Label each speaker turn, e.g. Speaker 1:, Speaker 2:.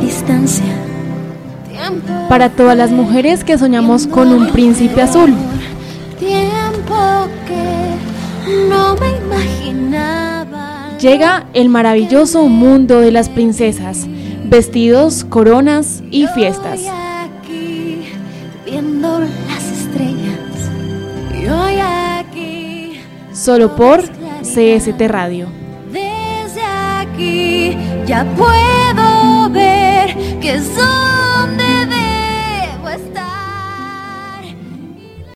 Speaker 1: distancia.
Speaker 2: Para todas las mujeres que soñamos con un príncipe azul.
Speaker 1: Tiempo que no me imaginaba.
Speaker 2: Llega el maravilloso mundo de las princesas, vestidos, coronas y fiestas.
Speaker 1: Hoy aquí viendo las estrellas. Y hoy aquí
Speaker 2: Solo por CST Radio.
Speaker 1: Desde aquí ya puedo ver que son de